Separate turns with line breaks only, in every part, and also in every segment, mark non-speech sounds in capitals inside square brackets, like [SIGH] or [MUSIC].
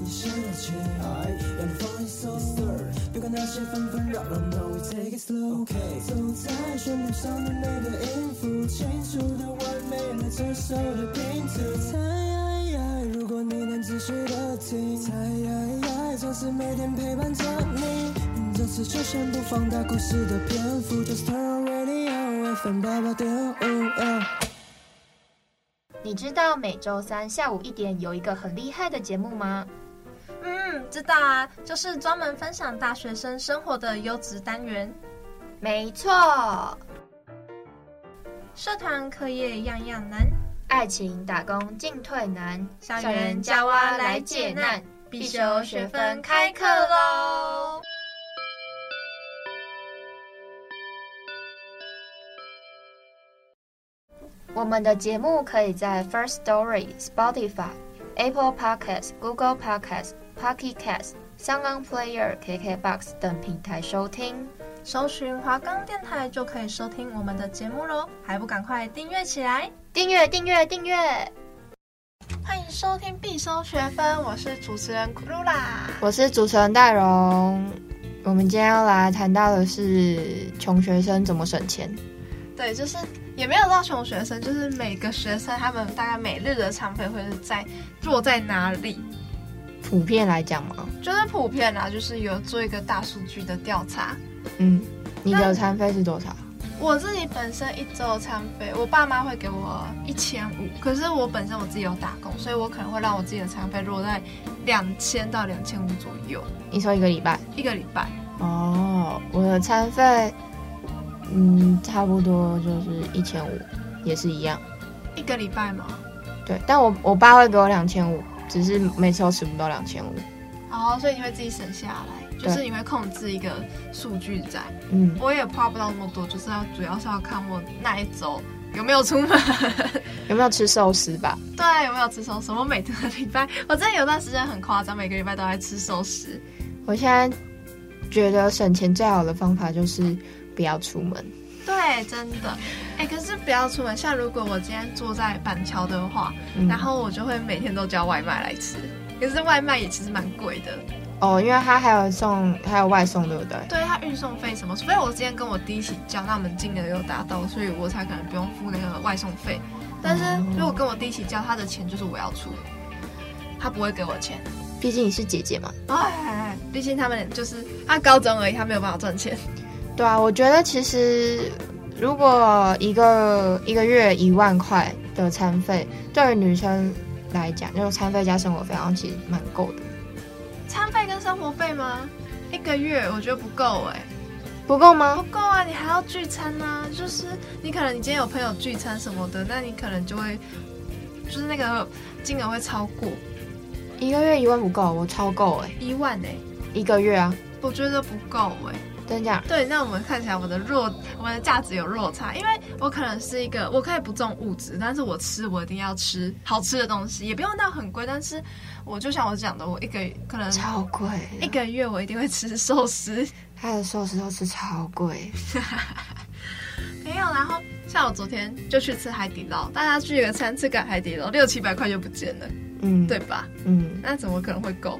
你是我缺爱，and find so stir。别管那些纷纷扰扰，no we take it slow。走在旋律上的每个音符，清楚的完美了这首的拼图。猜呀呀，如果你能仔细的听，猜呀呀，就是每天陪伴着你。这次就先不放大故事的篇幅，just turn on radio FM 八八点五。yeah
你知道每周三下午一点有一个很厉害的节目吗？
嗯，知道啊，就是专门分享大学生生活的优质单元，
没错，
社团课业样样难，
爱情打工进退难，
校园加蛙来解难，必修学分开课喽！
我们的节目可以在 First Story、Spotify、Apple Podcasts、Google Podcasts、Pocket Casts、Sound On Player、KKBox 等平台收听。
搜寻华冈电台就可以收听我们的节目喽，还不赶快订阅起来！
订阅，订阅，订阅！
欢迎收听必修学分，我是主持人 Kula 啦。
我是主持人戴荣。我们今天要来谈到的是穷学生怎么省钱。
对，就是也没有到穷学生，就是每个学生他们大概每日的常费会是在落在哪里，
普遍来讲嘛，
就是普遍啦，就是有做一个大数据的调查。
嗯，你的餐费是多少？
我自己本身一周的餐费，我爸妈会给我一千五，可是我本身我自己有打工，所以我可能会让我自己的餐费落在两千到两千五左右
你说一个礼拜？
一个礼拜。
哦，我的餐费，嗯，差不多就是一千五，也是一样。
一个礼拜吗？
对，但我我爸会给我两千五，只是每次都吃不到两千五。
哦，所以你会自己省下来，就是你会控制一个数据在。
嗯，
我也花不到那么多，就是要主要是要看我那一周有没有出门， [LAUGHS]
有没有吃寿司吧？
对，啊有没有吃寿司。我每个礼拜，我真的有段时间很夸张，每个礼拜都在吃寿司。
我现在觉得省钱最好的方法就是不要出门。
对，真的。哎、可是不要出门。像如果我今天坐在板桥的话，
嗯
然后我就会每天都叫外卖来吃。可是外卖也其实蛮贵的，
哦，因为他还有送，还有外送，对不对？
对它运送费什么，除非我今天跟我弟一起叫，那我们金额有达到，所以我才可能不用付那个外送费。但是
哦
如果跟我弟一起叫，他的钱就是我要出的，他不会给我钱。
毕竟你是姐姐嘛。
哎，毕竟他们就是他高中而已，他没有办法赚钱。
对啊，我觉得其实如果一个一个月一万块的餐费，对于女生来讲，就是餐费加生活费，好像其实蛮够的。
餐费跟生活费吗？一个月我觉得不够哎、
不够
不
吗？
够啊，你还要聚餐啊，就是你可能你今天有朋友聚餐什么的，那你可能就会就是那个金额会超过
一个月一万不够，我超够哎、
一万哎、
一个月啊，
我觉得不够哎、
真假？
对，那我们看起来我的弱，我们的价值有落差，因为我可能是一个，我可以不重物质，但是我吃我一定要吃好吃的东西，也不用到很贵，但是我就像我讲的，我一个可能
超啊贵，
一个月我一定会吃寿司，
哎他的寿司都吃超贵。
没有。然后像我昨天就去吃海底捞，大家聚个餐吃个海底捞，六七百块就不见了，
嗯，
对，吧？
嗯，
那怎么可能会够？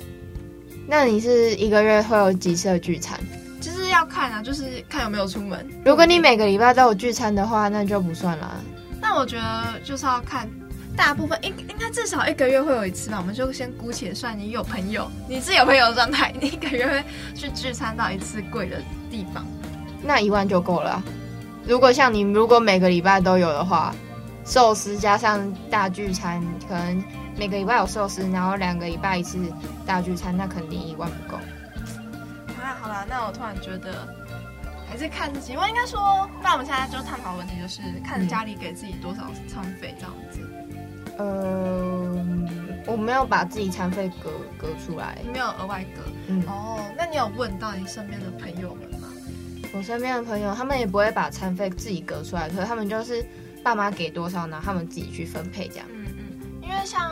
那你是一个月会有几次的聚餐？
其实要看啊，就是看有没有出门。
如果你每个礼拜都有聚餐的话，那就不算啊啦。
那我觉得就是要看大部分应应该至少一个月会有一次吧，我们就先姑且算你有朋友，你是有朋友的状态， [LAUGHS] 你一个月会去聚餐到一次贵的地方。
那一万就够了啊、如果像你，如果每个礼拜都有的话，寿司加上大聚餐，可能每个礼拜有寿司，然后两个礼拜一次大聚餐，那肯定一万不够。
啊，好啦，那我突然觉得还是看自己，我应该说，那我们现在就探讨问题，就是看家里给自己多少餐费这样子。
呃，我没有把自己餐费隔隔出来。
你没有额外隔
嗯，
哦？那你有问到你身边的朋友们吗？
我身边的朋友，他们也不会把餐费自己隔出来，可是他们就是爸妈给多少，然后他们自己去分配这样。
嗯嗯，因为像，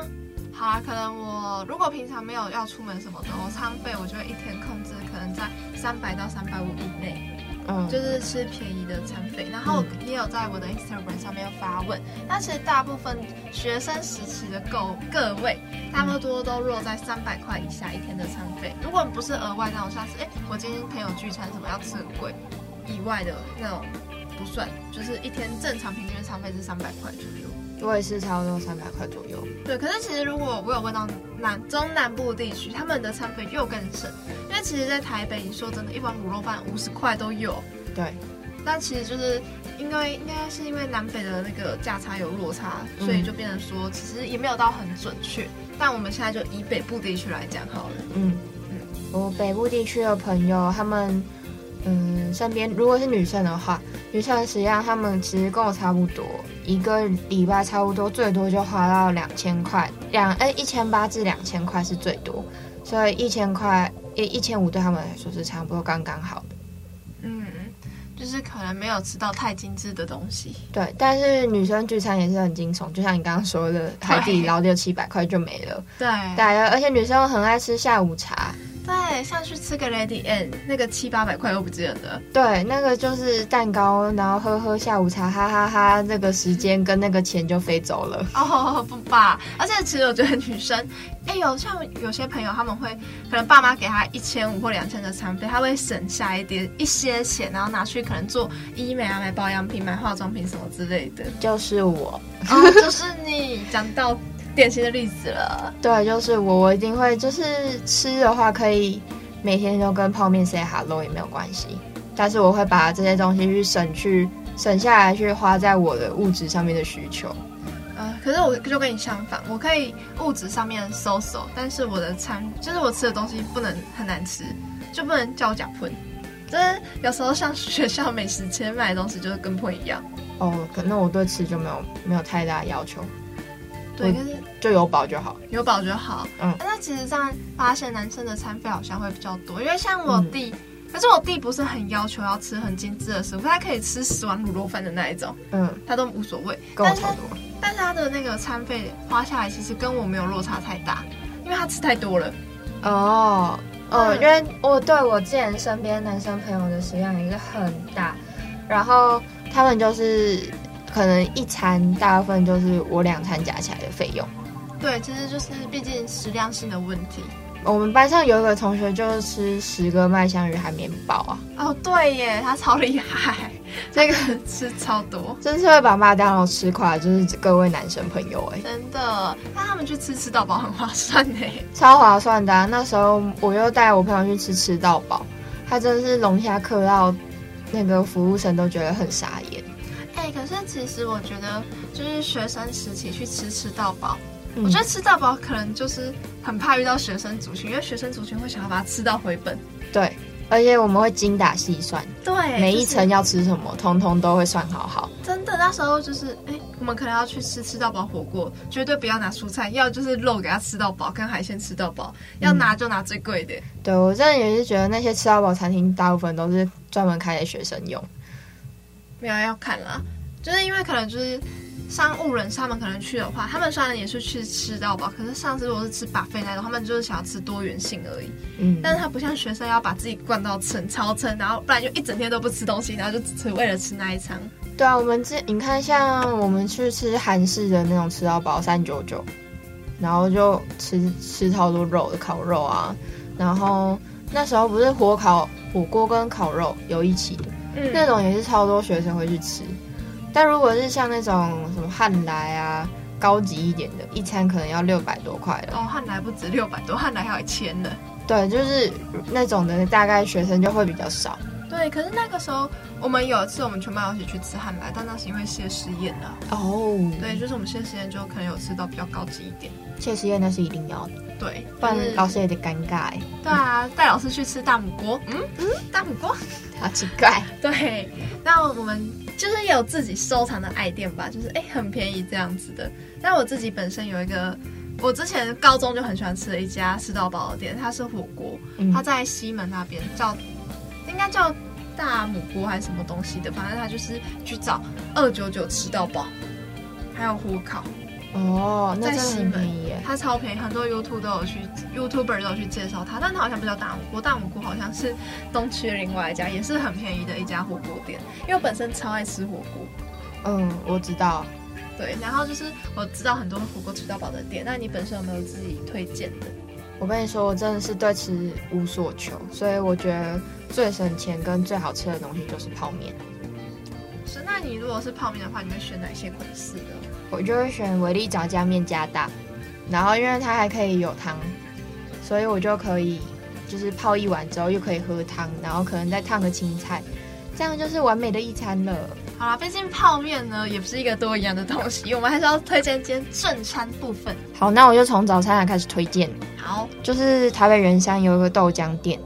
好啊，可能我如果平常没有要出门什么的，我餐费我就会一天控制可能在三百到三百五以内。
嗯，
就是吃便宜的餐费，然后也有在我的 Instagram 上面发问。那其实大部分学生时期的购各位，差不多都落在三百块以下一天的餐费。如果不是额外那种像是哎、诶我今天朋友聚餐什么要吃很贵以外的那种不算，就是一天正常平均的餐费是三百块左右。
我也是差不多三百块左右。
对，可是其实如果我有问到南中南部地区，他们的餐费又更省，因为其实，在台北，你说真的，一碗卤肉饭五十块都有。
对，
但其实就是因为应该是因为南北的那个价差有落差，所以就变成说其实也没有到很准确。但我们现在就以北部地区来讲好了。
嗯，我北部地区的朋友，他们嗯身边如果是女生的话，女生的食量他们其实跟我差不多，一个礼拜差不多最多就花到两千块，两哎一千八至两千块是最多，所以一千块一一千五对他们来说是差不多刚刚好的。
嗯，就是可能没有吃到太精致的东西。
对，但是女生聚餐也是很惊悚，就像你刚刚说的，海底捞六七百块就没了。
对
对，啊而且女生很爱吃下午茶，
对，上去吃个 Lady N，那个七八百块又不见了。
对，那个就是蛋糕，然后喝喝下午茶，哈哈哈那个时间跟那个钱就飞走了。
[LAUGHS] 哦，不吧，而且其实我觉得女生，哎、有像有些朋友他们会，可能爸妈给他一千五或两千的餐费，他会省下一点一些钱，然后拿去可能做医美啊、买保养品、买化妆品什么之类的。
就是我，
哦，就是你讲到典型的例子了。
对，就是我，我一定会，就是吃的话可以每天都跟泡面 say hello 也没有关系，但是我会把这些东西去省去省下来，去花在我的物质上面的需求。
呃，可是我就跟你相反，我可以物质上面搜索，但是我的餐就是我吃的东西不能很难吃，就不能叫我假喷。就是有时候像学校美食街卖的东西，就是跟喷一样。
哦，可能我对吃就没有没有太大要求，我
对，可是
就有饱就好。
有保就好。
嗯
嗯，那其实这样发现男生的餐费好像会比较多，因为像我弟，可是我弟不是很要求要吃很精致的食物，他可以吃十碗卤肉饭的那一种，
嗯，
他都无所谓。
跟我
但是
差不多。
但是他的那个餐费花下来，其实跟我没有落差太大，因为他吃太多了。
哦，哦，
嗯
因为我对我之前身边男生朋友的食量也是很大，然后他们就是可能一餐大部分就是我两餐加起来的费用。
对，其实就是毕竟食量性的问题。
我们班上有一个同学就是吃十个麦香鱼还没饱啊，
哦，对耶，他超厉害， [LAUGHS]
这个
吃超多，
真是会把麦当劳吃垮，就是各位男生朋友哎、
真的。那他们去吃吃到饱很划算呢。
超划算的、啊。那时候我又带我朋友去吃吃到饱，他真的是龙虾客到那个服务生都觉得很傻眼。
哎、可是其实我觉得，就是学生时期去吃吃到饱，
嗯
我觉得吃到饱可能就是很怕遇到学生族群，因为学生族群会想要把它吃到回本。
对，而且我们会精打细算。
对，
每一
就是
层要吃什么，通通都会算好好。
真的那时候就是，哎、我们可能要去吃吃到饱火锅，绝对不要拿蔬菜，要就是肉给它吃到饱，跟海鲜吃到饱，要拿就拿最贵的。
对我真的也是觉得那些吃到饱餐厅大部分都是专门开给学生用。
没有啊要看啦，就是因为可能就是商务人士他们可能去的话，他们虽然也是去吃到饱，可是上次如果是吃 buffet 那种，他们就是想要吃多元性而已。
嗯，
但是他不像学生要把自己灌到撑超撑，然后不然就一整天都不吃东西，然后就只是为了吃那一餐。
对啊，我们之你看，像我们去吃韩式的那种吃到饱三九九，然后就吃吃超多肉的烤肉啊，然后那时候不是火烤火锅跟烤肉有一起的，
嗯
那种也是超多学生会去吃。但如果是像那种什么汉来啊，高级一点的，一餐可能要六百多块了。
哦，汉来不止六百多，汉来还有一千呢。
对，就是那种的，大概学生就会比较少。
对，可是那个时候我们有一次我们全班一起去吃汉来，但那是因为谢师宴啊。
哦，
对，，就是我们谢师宴就可能有吃到比较高级一点。
谢师宴那是一定要的，
对，
不然
就是
老师也得尴尬欸。
对啊，带老师去吃大母锅。嗯嗯，大母锅。
好奇怪，
[LAUGHS] 对，那我们就是有自己收藏的爱店吧，就是哎、很便宜这样子的。那我自己本身有一个，我之前高中就很喜欢吃的一家吃到饱的店，它是火锅，
嗯
它在西门那边叫，应该叫大母锅还是什么东西的，反正它就是去找二九九吃到饱，还有火烤。
哦，那
在
真的
西
很便
门
宜耶，。
它超便宜，很多 YouTube 都有去 YouTuber 都有去介绍它，但它好像不叫大五锅，大五锅好像是东区另外一家，也是很便宜的一家火锅店。因为我本身超爱吃火锅，
嗯，我知道。
对，然后就是我知道很多火锅吃到饱的店，那你本身有没有自己推荐的？
我跟你说，我真的是对吃无所求，所以我觉得最省钱跟最好吃的东西就是泡面。
是，那你如果是泡面的话，你会选哪些款式的？
我就会选维力炸酱面加大，然后因为它还可以有汤，所以我就可以就是泡一碗之后又可以喝汤，然后可能再烫个青菜，这样就是完美的一餐了。
好啦，毕竟泡面呢也不是一个多一样的东西，我们还是要推荐今天正餐部分。
好，那我就从早餐来开始推荐，
好，
就是台北圆山有一个豆浆店，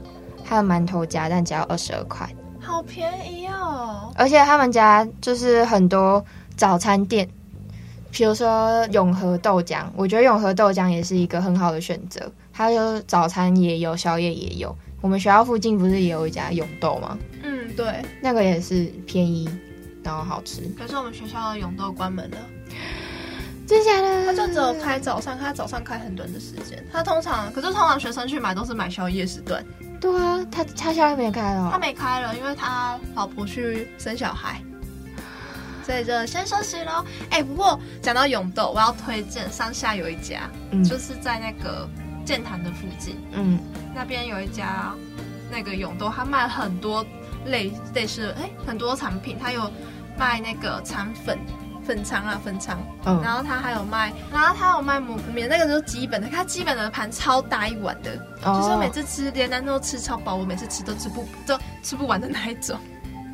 它的馒头夹蛋只要二十二块。
好便宜哦。
而且他们家就是很多早餐店，比如说永和豆浆，我觉得永和豆浆也是一个很好的选择。它有早餐也有，宵夜也有。我们学校附近不是也有一家永豆吗？
嗯，对。
那个也是便宜，然后好吃。
可是我们学校的永豆关门了，
真假的？
它就只有开早上，它早上开很短的时间。它通常，可是通常学生去买都是买宵夜时段，
对啊，它它宵夜没开了
他
哦。
没开了，因为他老婆去生小孩，所以就先休息喽。哎、不过讲到永豆，我要推荐山下有一家，
嗯
就是在那个建潭的附近，
嗯，
那边有一家那个永豆，他卖很多类类似的哎、很多产品，他有卖那个肠粉。粉肠啊，粉肠，
嗯
然后他还有卖，然后他有卖蘑菇面，那个就是基本的，它基本的盘超大一碗的，
哦
就是我每次吃连单都吃超饱，我每次吃都吃不都吃不完的那一种。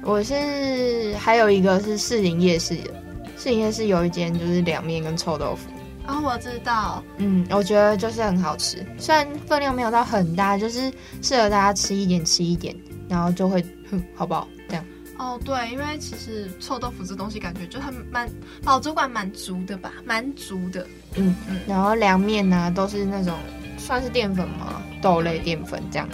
我是还有一个是士林夜市的，士林夜市有一间就是凉面跟臭豆腐。
哦，我知道，
嗯，我觉得就是很好吃，虽然分量没有到很大，就是适合大家吃一点吃一点，然后就会哼，好不好？这样，
哦对，因为其实臭豆腐这东西感觉就很蛮饱足感蛮足的吧，蛮足的。
然后凉面呢、都是那种算是淀粉吗？豆类淀粉这样。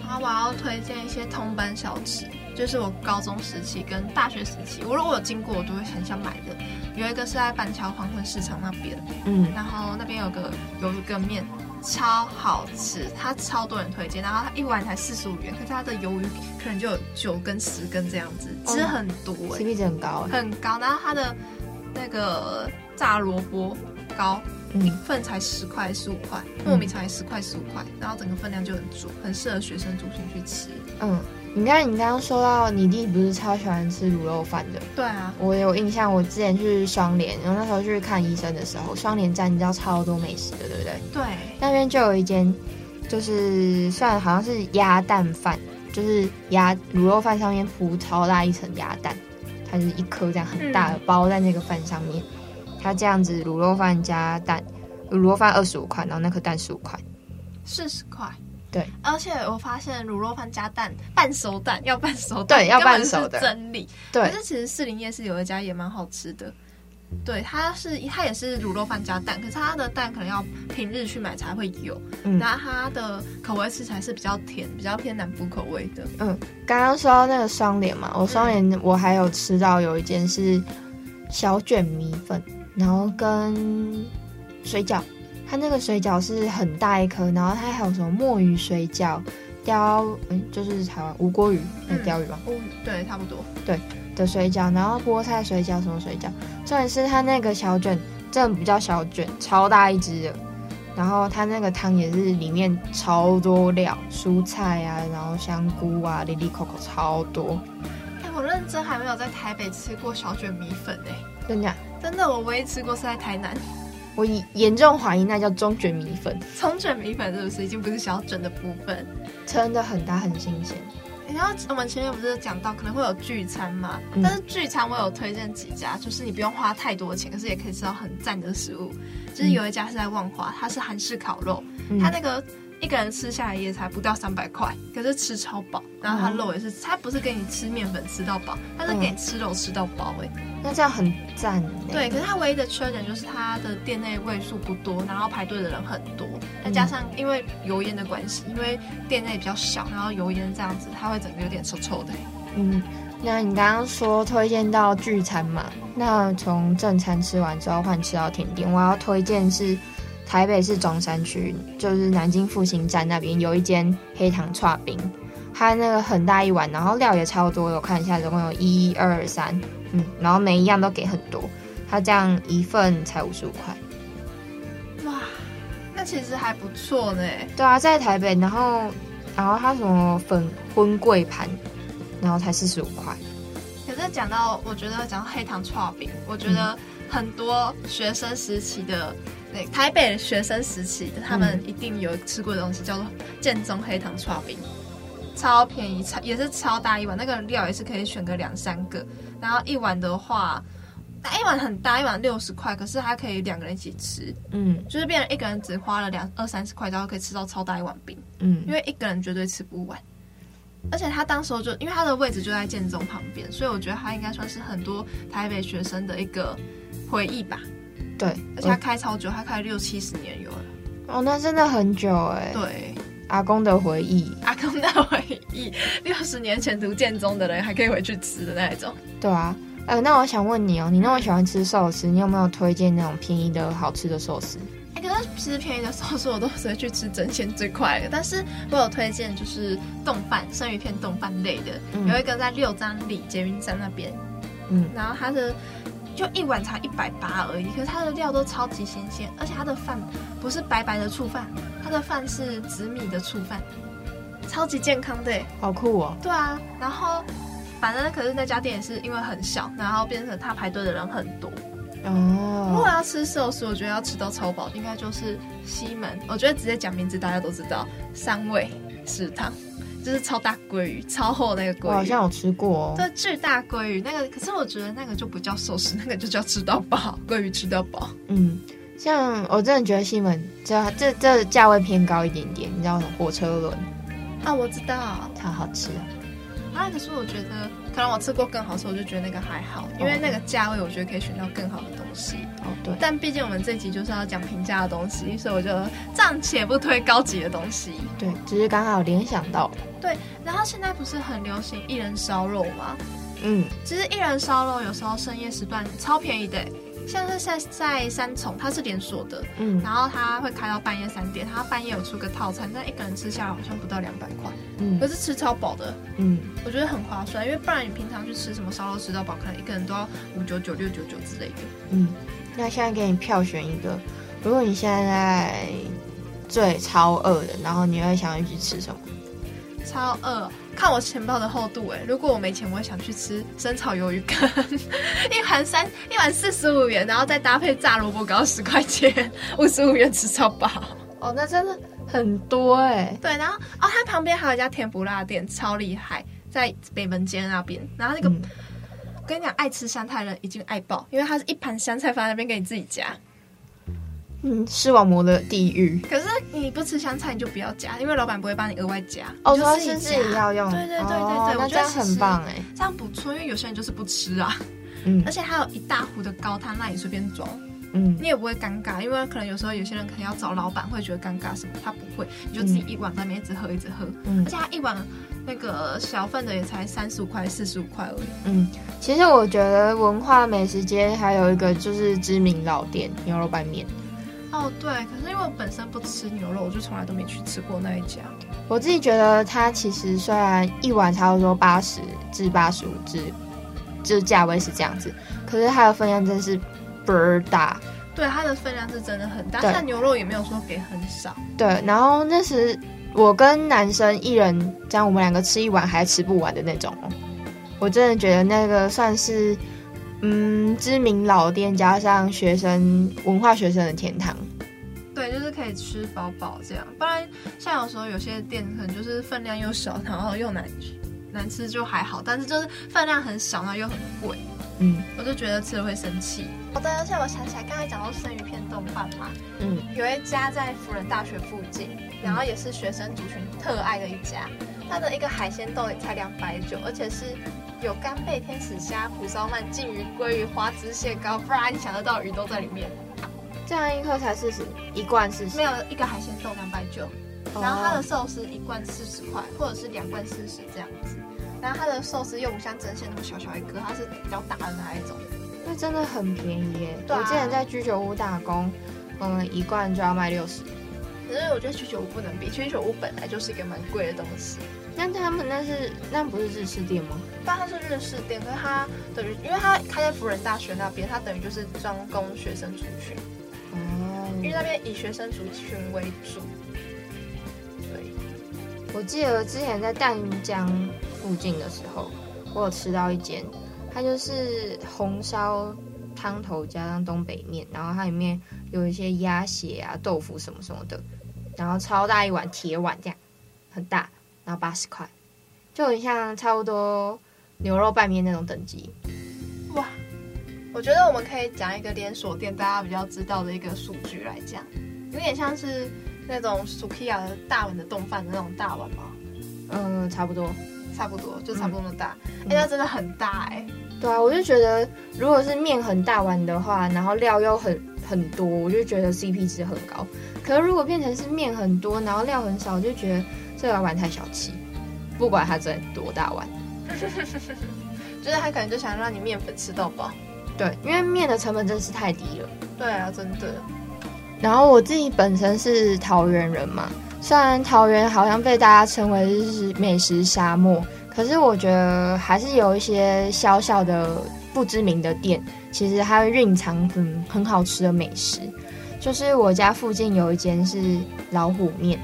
然后我要推荐一些通班小吃，就是我高中时期跟大学时期，我如果有经过，我都会很想买的。有一个是在板桥黄昏市场那边，
嗯，
然后那边有个有一个面超好吃，它超多人推荐，然后它一碗才四十五元，可是它的鱿鱼可能就有九根十根这样子，其实
哦
很多哎、
，CP 值很高、欸。
很高，然后它的那个炸萝卜糕一
嗯，
份才十块十五块，
嗯
糯米肠也十块十五块，然后整个分量就很足，很适合学生族群去吃。
嗯，你看你刚刚说到你弟不是超喜欢吃卤肉饭的，
对啊，
我有印象，我之前去双联，然后那时候去看医生的时候，双联站你知道超多美食的，对不对？
对，
那边就有一间，就是算好像是鸭蛋饭，就是鸭卤肉饭上面铺超大一层鸭蛋，它就是一颗这样很大的包在那个饭上面。它这样子卤肉饭加蛋，卤肉饭二十五块，然后那颗蛋十五块。
四十块。
对，
而且我发现卤肉饭加蛋，半熟蛋要半熟蛋，
对要
根本
半熟的
是真理。可
对，
是其实士林夜市有一家也蛮好吃的，对，它是它也是卤肉饭加蛋，可是它的蛋可能要平日去买才会有，
嗯
然后它的口味吃起来是比较甜，比较偏南部口味的。
刚刚说到那个双联嘛，我双联我还有吃到有一间是小卷米粉，然后跟水饺，它那个水饺是很大一颗，然后它还有什么墨鱼水饺、鲷，嗯，就是台湾无锅鱼，那
嗯
鲷鱼吧
哦，对，差不多。
的水饺，然后菠菜水饺什么水饺，重点是它那个小卷真的不叫小卷，超大一只的。然后它那个汤也是里面超多料，蔬菜啊，然后香菇啊，里里口口超多，
哎、我认真还没有在台北吃过小卷米粉哎、
真的啊、
真的，我唯一吃过是在台南 [LAUGHS]
我严重怀疑那叫中卷米粉，
葱卷米粉，是不是已经不是小卷的部分？
真的很大很新鲜。
哎然后我们前面不是讲到可能会有聚餐嘛，
嗯
但是聚餐我有推荐几家，就是你不用花太多钱，可是也可以吃到很赞的食物。就是有一家是在万华，它是韩式烤肉，
嗯
它那个一个人吃下来也才不到三百块，可是吃超饱。然后
哦
它肉也是，它不是给你吃面粉吃到饱，它
嗯
是给你吃肉吃到饱哎、
那这样很赞呢。
对，可是它唯一的缺点就是它的店内位数不多，然后排队的人很多，再
嗯
加上因为油烟的关系，因为店内比较小，然后油烟这样子，它会整个有点臭臭的。
嗯，那你刚刚说推荐到聚餐嘛？那从正餐吃完之后换吃到甜点，我要推荐是台北市中山区，就是南京复兴站那边有一间黑糖串冰，它那个很大一碗，然后料也超多的，我看一下总共有一二三，嗯，然后每一样都给很多，它这样一份才五十五块。
哇，那其实还不错呢。
对啊，在台北，然后然后它什么粉荤桂盘，然后才四十五块。
可是讲到，我觉得讲到黑糖串饼，我觉得很多学生时期的。那台北学生时期的，他们一定有吃过的东西，叫做建中黑糖串饼，超便宜，超也是超大一碗，那个料也是可以选个两三个。然后一碗的话，那一碗很大，一碗六十块，可是还可以两个人一起吃，
嗯
就是变成一个人只花了两二三十块，然后可以吃到超大一碗饼。
嗯
因为一个人绝对吃不完。而且他当时候就因为他的位置就在建中旁边，所以我觉得他应该算是很多台北学生的一个回忆吧。
对，
而且他开超久，他开六七十年有了。
哦，那真的很久哎、
对，
阿公的回忆，
阿公的回忆，六十年前读建中的人还可以回去吃的那一种。
对啊。呃，那我想问你哦，你那么喜欢吃寿司，你有没有推荐那种便宜的好吃的寿司？
哎、可是其实便宜的寿司我都只会去吃整鲜最快的，但是我有推荐就是冻饭生鱼片冻饭类的，
嗯
有一个在六张里捷运站那边，
嗯
然后它的就一碗才一百八而已，可是它的料都超级新鲜，而且它的饭不是白白的醋饭，它的饭是紫米的醋饭，超级健康的耶。
好酷哦。
对啊，然后反正可是那家店也是因为很小，然后变成它排队的人很多。如
哦，
果要吃寿司，我觉得要吃到超饱，应该就是西门。我觉得直接讲名字大家都知道，三味食堂，就是超大鲑鱼，超厚那个鲑
我
鱼。
好像有吃过哦。
这巨大鲑鱼那个，可是我觉得那个就不叫寿司，那个就叫吃到饱，鲑鱼吃到饱。
嗯，像我真的觉得西门这这这价位偏高一点点，你知道什么火车轮，
啊，我知道。啊，
它好吃哦。
可是我觉得可能我吃过更好吃，我就觉得那个还好，因为那个价位我觉得可以选到更好的东西。
哦，对，
但毕竟我们这集就是要讲平价的东西，所以我就暂且不推高级的东西。
对，只是刚好联想到，
然后现在不是很流行一人烧肉吗？
嗯，
其实一人烧肉有时候深夜时段超便宜的欸，像是在在三重，它是连锁的，
嗯
然后他会开到半夜三点，他半夜有出个套餐，但一个人吃下来好像不到两百块，可
嗯
是吃超饱的，
嗯，
我觉得很划算，因为不然你平常去吃什么烧肉吃到饱，可能一个人都要五九九、六九九之类的。
嗯，那现在给你票选一个，如果你现在最超饿的，然后你会想要去吃什么？
超饿，看我钱包的厚度哎、如果我没钱，我也想去吃生炒鱿鱼羹，一盘三一碗四十五元，然后再搭配炸萝卜糕十块钱，五十五元吃超饱。
哦，那真的很多哎、
对，然后哦，它旁边还有一家甜不辣店，超厉害，在北门街那边，然后那个
嗯，
我跟你讲，爱吃香菜的人已经爱爆，因为它是一盘香菜放在那边给你自己夹。
嗯，视网膜的地狱。
可是你不吃香菜，你就不要夹，因为老板不会帮你额外夹。
哦，
你
说
就是
自
自己
己
夹，
要用，
对对对对对
哦那
我觉得
这样
其实
很棒哎、
这样不错。因为有些人就是不吃啊，
嗯
而且还有一大壶的高汤让你随便装，
嗯
你也不会尴尬，因为可能有时候有些人可能要找老板会觉得尴尬什么，他不会，你就自己一碗在那边一直喝一直喝，而
嗯
且他一碗那个小份的也才三十五块四十五块而已。
嗯。其实我觉得文化美食街还有一个就是知名老店牛肉拌面，
哦，对，可是因为我本身不吃牛肉，我就从来都没去吃过那一家。
我自己觉得它其实虽然一碗差不多八十至八十五至，就是价位是这样子，可是它的分量真是倍儿大。
对，它的分量是真的很大，
对
但牛肉也没有说给很少。
对，然后那时我跟男生一人这样，我们两个吃一碗还吃不完的那种哦。我真的觉得那个算是，嗯，知名老店加上学生文化学生的天堂。
对，就是可以吃饱饱这样，不然像有时候有些店可能就是分量又少，然后又难吃，难吃就还好，但是就是分量很少，然后又很贵，
嗯
我就觉得吃了会生气。好的，哦而且我想起来刚才讲到生鱼片冻饭嘛，
嗯
有一家在辅仁大学附近，然后也是学生族群特爱的一家，它的一个海鲜豆也才两百九，而且是。有干贝、天使虾、蒲烧鳗、鲫鱼、鲑鱼、花枝蟹膏，不然你想得到的鱼都在里面。
这样一颗才四十，一罐四十
没，有一个海鲜豆两百九，然后它的寿司一罐四十块，或者是两罐四十这样子。然后它的寿司又不像针线那么小小一颗，它是比较大的那一种。
那真的很便宜耶！
对啊
我之前在居酒屋打工，我们一罐就要卖六十，
可是我觉得居酒屋不能比，居酒屋本来就是一个蛮贵的东西。
那他们那是那不是日式店吗？
但它是日式店，可是它等于，因为它开在辅仁大学那边，它等于就是专攻学生族群，因
哦，
为那边以学生族群为主。对，
我记得之前在淡江附近的时候，我有吃到一间，它就是红烧汤头加上东北面，然后它里面有一些鸭血啊、豆腐什么什么的，然后超大一碗铁碗这样，很大，然后八十块，就很像差不多牛肉拌面那种等级。
哇，我觉得我们可以讲一个连锁店大家比较知道的一个数据来讲，有点像是那种 Sukiya 的大碗的冻饭的那种大碗吗？
嗯，差不多。
差不多，就差不多那么大。哎、
嗯
那真的很大哎、
对啊，我就觉得如果是面很大碗的话，然后料又很很多，我就觉得 CP 值很高。可是如果变成是面很多，然后料很少，我就觉得这老板太小气，不管他真多大碗。
就是他可能就想让你面粉吃到饱。
对，因为面的成本真是太低了。
对啊，真的。
然后我自己本身是桃园人嘛，虽然桃园好像被大家称为是美食沙漠，可是我觉得还是有一些小小的不知名的店，其实它会蕴藏很很好吃的美食。就是我家附近有一间是老虎面，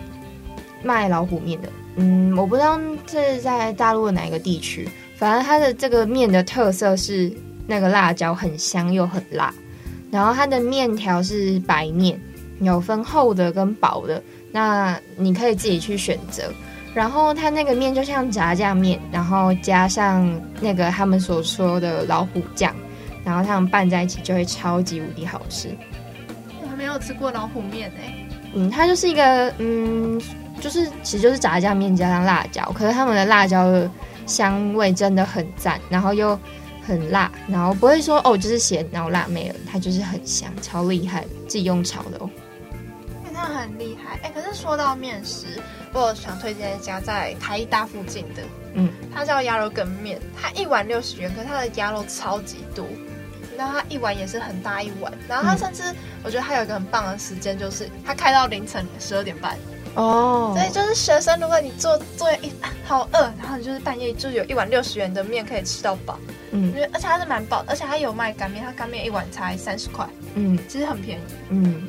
卖老虎面的。嗯，我不知道这是在大陆的哪一个地区，反正它的这个面的特色是那个辣椒很香又很辣，然后它的面条是白面，有分厚的跟薄的，那你可以自己去选择。然后它那个面就像炸酱面，然后加上那个他们所说的老虎酱，然后他们拌在一起就会超级无敌好吃。
我还没有吃过老虎面哎、
嗯，它就是一个嗯，就是其实就是炸酱面加上辣椒，可是他们的辣椒的香味真的很赞，然后又很辣，然后不会说哦就是咸，然后辣没了，它就是很香，超厉害的，自己用炒的哦。
欸他很厉害哎、欸可是说到面食，我有想推荐一家在台一大附近的，
嗯，
它叫鸭肉羹面，它一碗六十元，可是它的鸭肉超级多，然后它一碗也是很大一碗，然后它
嗯
甚至、我觉得它有一个很棒的时间，就是它开到凌晨十二点半，
哦
所以就是学生，如果你做作业一啊好饿，然后你就是半夜就有一碗六十元的面可以吃到饱，
嗯
因为而且它是蛮饱，而且它有卖干面，它干面一碗才三十块，
嗯
其实很便宜。
嗯，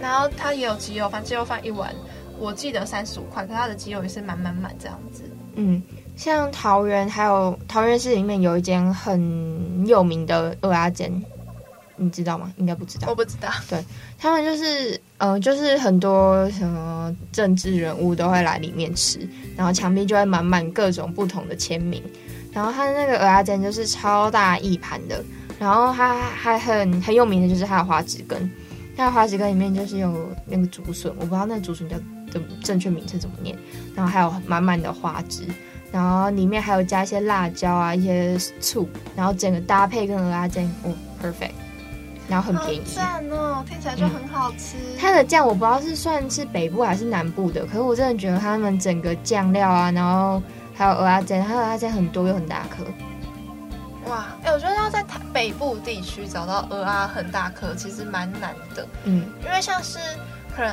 然后它也有鸡肉饭，鸡肉饭一碗我记得三十五块，可它的鸡肉也是满满满这样子。
嗯，像桃园还有桃园市里面有一间很有名的鹅阿煎，你知道吗？应该不知道
我。不知道，
他们就是嗯、呃就是很多什么政治人物都会来里面吃，然后墙壁就会满满各种不同的签名，然后它的那个鹅鸭煎就是超大一盘的，然后它还很很有名的就是它的花枝羹，它的花枝羹里面就是有那个竹笋，我不知道那个竹笋叫的正确名称怎么念，然后还有满满的花枝。然后里面还有加一些辣椒啊，一些醋，然后整个搭配跟鹅鸭煎，哦，perfect，然 [LAUGHS] 后很便宜。
好赞哦，听起来就很好吃。
它的酱我不知道是算是北部还是南部的，可是我真的觉得他们整个酱料啊，然后还有鹅阿煎，它的鹅阿煎很多又很大颗，
哇，哎、我觉得要在台北部地区找到鹅啊很大颗，其实蛮难的，
嗯
因为像是可能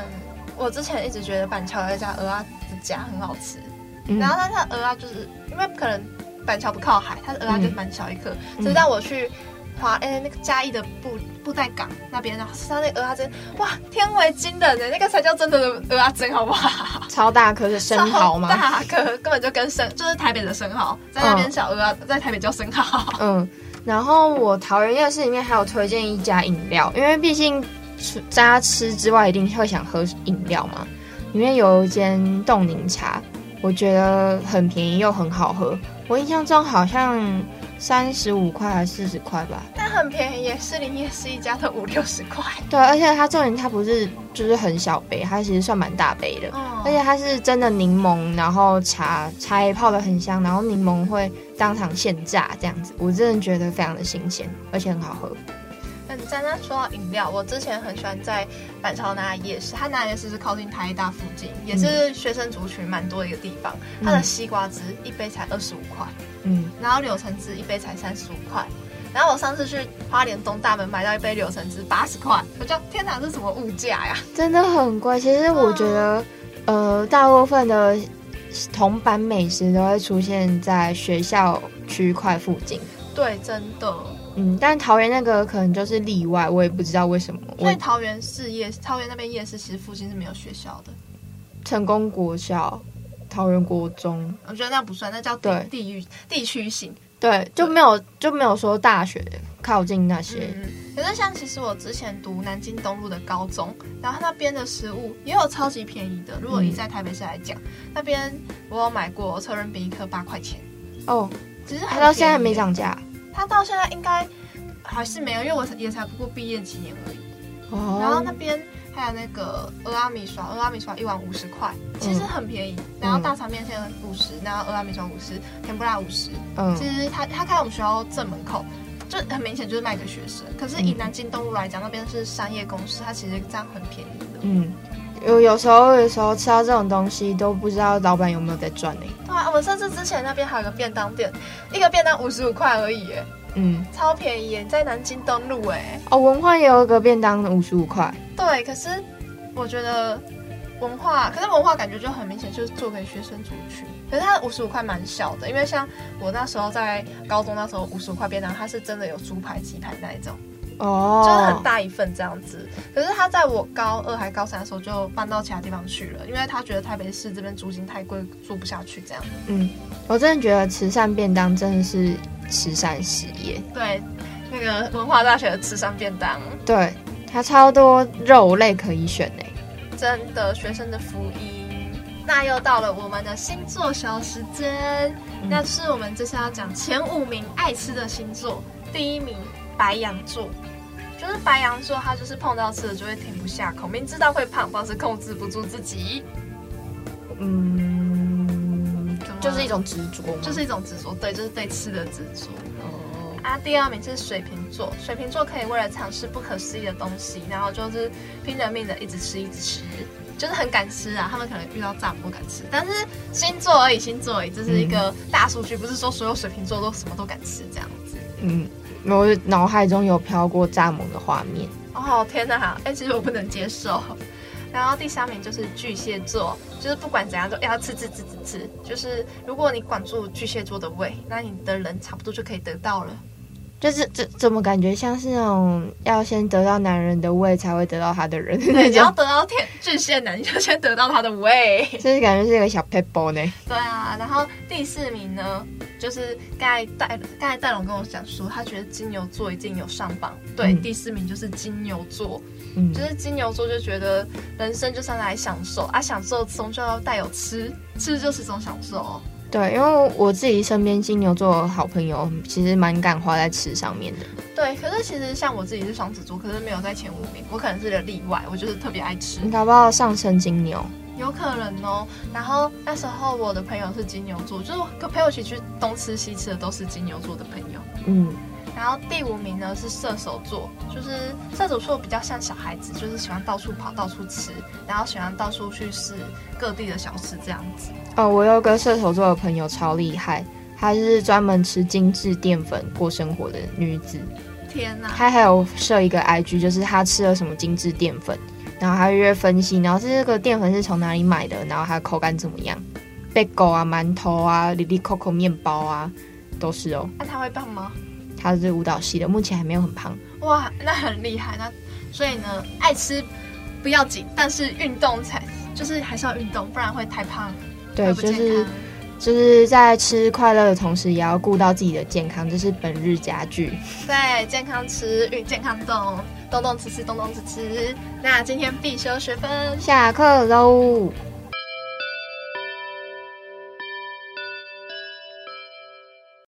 我之前一直觉得板桥有一家鹅啊的家很好吃，
嗯
然后但它的鹅啊就是因为可能板桥不靠海，它的鹅啊就
嗯
蛮小一颗，
嗯
直到我去华哎、那个嘉义的布布袋港那边，然后吃到那个鹅啊胗，哇，天为惊人欸的那个才叫真的鹅啊胗，好不好？
超大颗的生蚝
超
嘛，
大颗根本就跟生就是台北的生蚝，在那边小鹅啊，在台北叫生蚝。
嗯，然后我桃园夜市里面还有推荐一家饮料，因为毕竟除大家吃之外，一定会想喝饮料嘛。里面有一间冻柠茶，我觉得很便宜又很好喝，我印象中好像三十五块还是四十块吧。
但很便宜耶，士林夜市一家都五六十块。
对，啊而且它重点它不是就是很小杯，它其实算蛮大杯的，
嗯，
而且它是真的柠檬，然后茶茶也泡的很香，然后柠檬会当场现榨这样子，我真的觉得非常的新鲜，而且很好喝。
嗯，在那说到饮料，我之前很喜欢在板桥那夜市，它那夜市是靠近台大附嗯近，也是学生族群蛮多的一个地方。它的西瓜汁一杯才二十五块，
嗯，
然后柳橙汁一杯才三十五块。然后我上次去花莲东大门买到一杯柳橙汁八十块，我就天哪，这什么物价呀？
真的很贵。其实我觉得，呃，大部分的同版美食都会出现在学校区块附近。
对，真的。
嗯，但桃园那个可能就是例外，我也不知道为什么。
因为
我
桃园市夜，桃园那边夜市其实附近是没有学校的，
成功国小、桃园国中，
我觉得那不算，那叫地
对
地域地区性。
对，就没有就没有说大学靠近那些。
嗯，可是像其实我之前读南京东路的高中，然后它那边的食物也有超级便宜的。如果你
嗯
在台北市来讲，那边我有买过车轮饼一颗八块钱，
哦，
其实
它
很
到现在还没
便宜耶，
涨价。
它到现在应该还是没有，因为我也才不过毕业几年而已。
哦，
然后那边还有那个俄阿米刷，俄阿米刷一碗五十块，其
嗯
实很便宜。然后大肠面线五十，然后俄阿米刷五十，甜不辣五十。
嗯
其实他他开我们学校正门口，就很明显就是卖给学生。可是以
嗯
南京东路来讲，那边是商业公司，它其实这样很便宜的。
嗯，有有时候有时候吃到这种东西都不知道老板有没有在赚呢、欸
对啊，我们甚至之前那边还有个便当店，一个便当五十五块而已，耶，
嗯，
超便宜耶！在南京东路，哎，
哦，文化也有一个便当五十五块。
对。可是我觉得文化，可是文化感觉就很明显就是做给学生族群。可是它五十五块蛮小的，因为像我那时候在高中那时候五十五块便当，它是真的有猪排、鸡排那一种。
哦，
就是很大一份这样子。可是他在我高二还高三的时候就搬到其他地方去了，因为他觉得台北市这边租金太贵，住不下去这样。
嗯，我真的觉得慈善便当真的是慈善事业，
对，那个文化大学的吃上便当，
对它超多肉类可以选欸呢、
真的学生的福音。那又到了我们的星座小时间，
嗯
那是我们这次要讲前五名爱吃的星座，第一名白羊座。就是白羊座，它就是碰到吃的就会停不下口，明知道会胖，但是控制不住自己，
嗯，就是一种
种。
执着嘛，
就是一种执着，对，就是对吃的执着。
哦，
啊，第二名是水瓶座，水瓶座可以为了尝试不可思议的东西，然后就是拼了命的一直吃，一直吃，就是很敢吃啊。他们可能遇到炸不敢吃，但是星座而已，星座而已，这是一个大数据，不是说所有水瓶座都什么都敢吃这样子。
嗯，我脑海中有飘过蚱蜢的画面，
[LAUGHS] 哦天哪，哎、其实我不能接受。然后第三名就是巨蟹座，就是不管怎样都要吃吃吃吃吃，就是如果你管住巨蟹座的胃，那你的人差不多就可以得到了。
就是这怎么感觉像是那种要先得到男人的胃才会得到他的人
对，
那
你要
种，
得到天巨蟹男，你 [LAUGHS] 就先得到他的胃。
就是感觉是一个小 p e b l e 呢，
对啊，然后第四名呢，就是刚才戴刚才戴龙跟我讲说，他觉得金牛座已经有上榜，对，
嗯
第四名就是金牛座，
嗯
就，是金牛座就觉得人生就是要来享受啊，享受中就要带有吃，吃就是一种享受哦。
对，因为我自己身边金牛座的好朋友其实蛮敢花在吃上面的，
对，可是其实像我自己是双子座，可是没有在前五名，我可能是个例外，我就是特别爱吃。
你搞不好上升金牛，
有可能哦。然后那时候我的朋友是金牛座，就是我跟朋友一起去东吃西吃的都是金牛座的朋友。
嗯。
然后第五名呢是射手座，就是射手座比较像小孩子，就是喜欢到处跑、到处吃，然后喜欢到处去试各地的小吃这样子。
哦，我有个射手座的朋友超厉害，她是专门吃精致淀粉过生活的女子。
天哪！
她还有设一个 IG，就是她吃了什么精致淀粉，然后她就会分析，然后这个淀粉是从哪里买的，然后它口感怎么样，贝狗啊、馒头啊、里里扣扣面包啊，都是哦。
那、他会胖吗？
她是舞蹈系的，目前还没有很胖。
哇，那很厉害。那所以呢，爱吃不要紧，但是运动才就是还是要运动，不然会太胖，
对，
会不
就
健
是
康。
就是在吃快乐的同时，也要顾到自己的健康，这是本日佳句。
对，健康吃，运健康动，动动吃吃，动动吃吃。那今天必修学分
下课喽。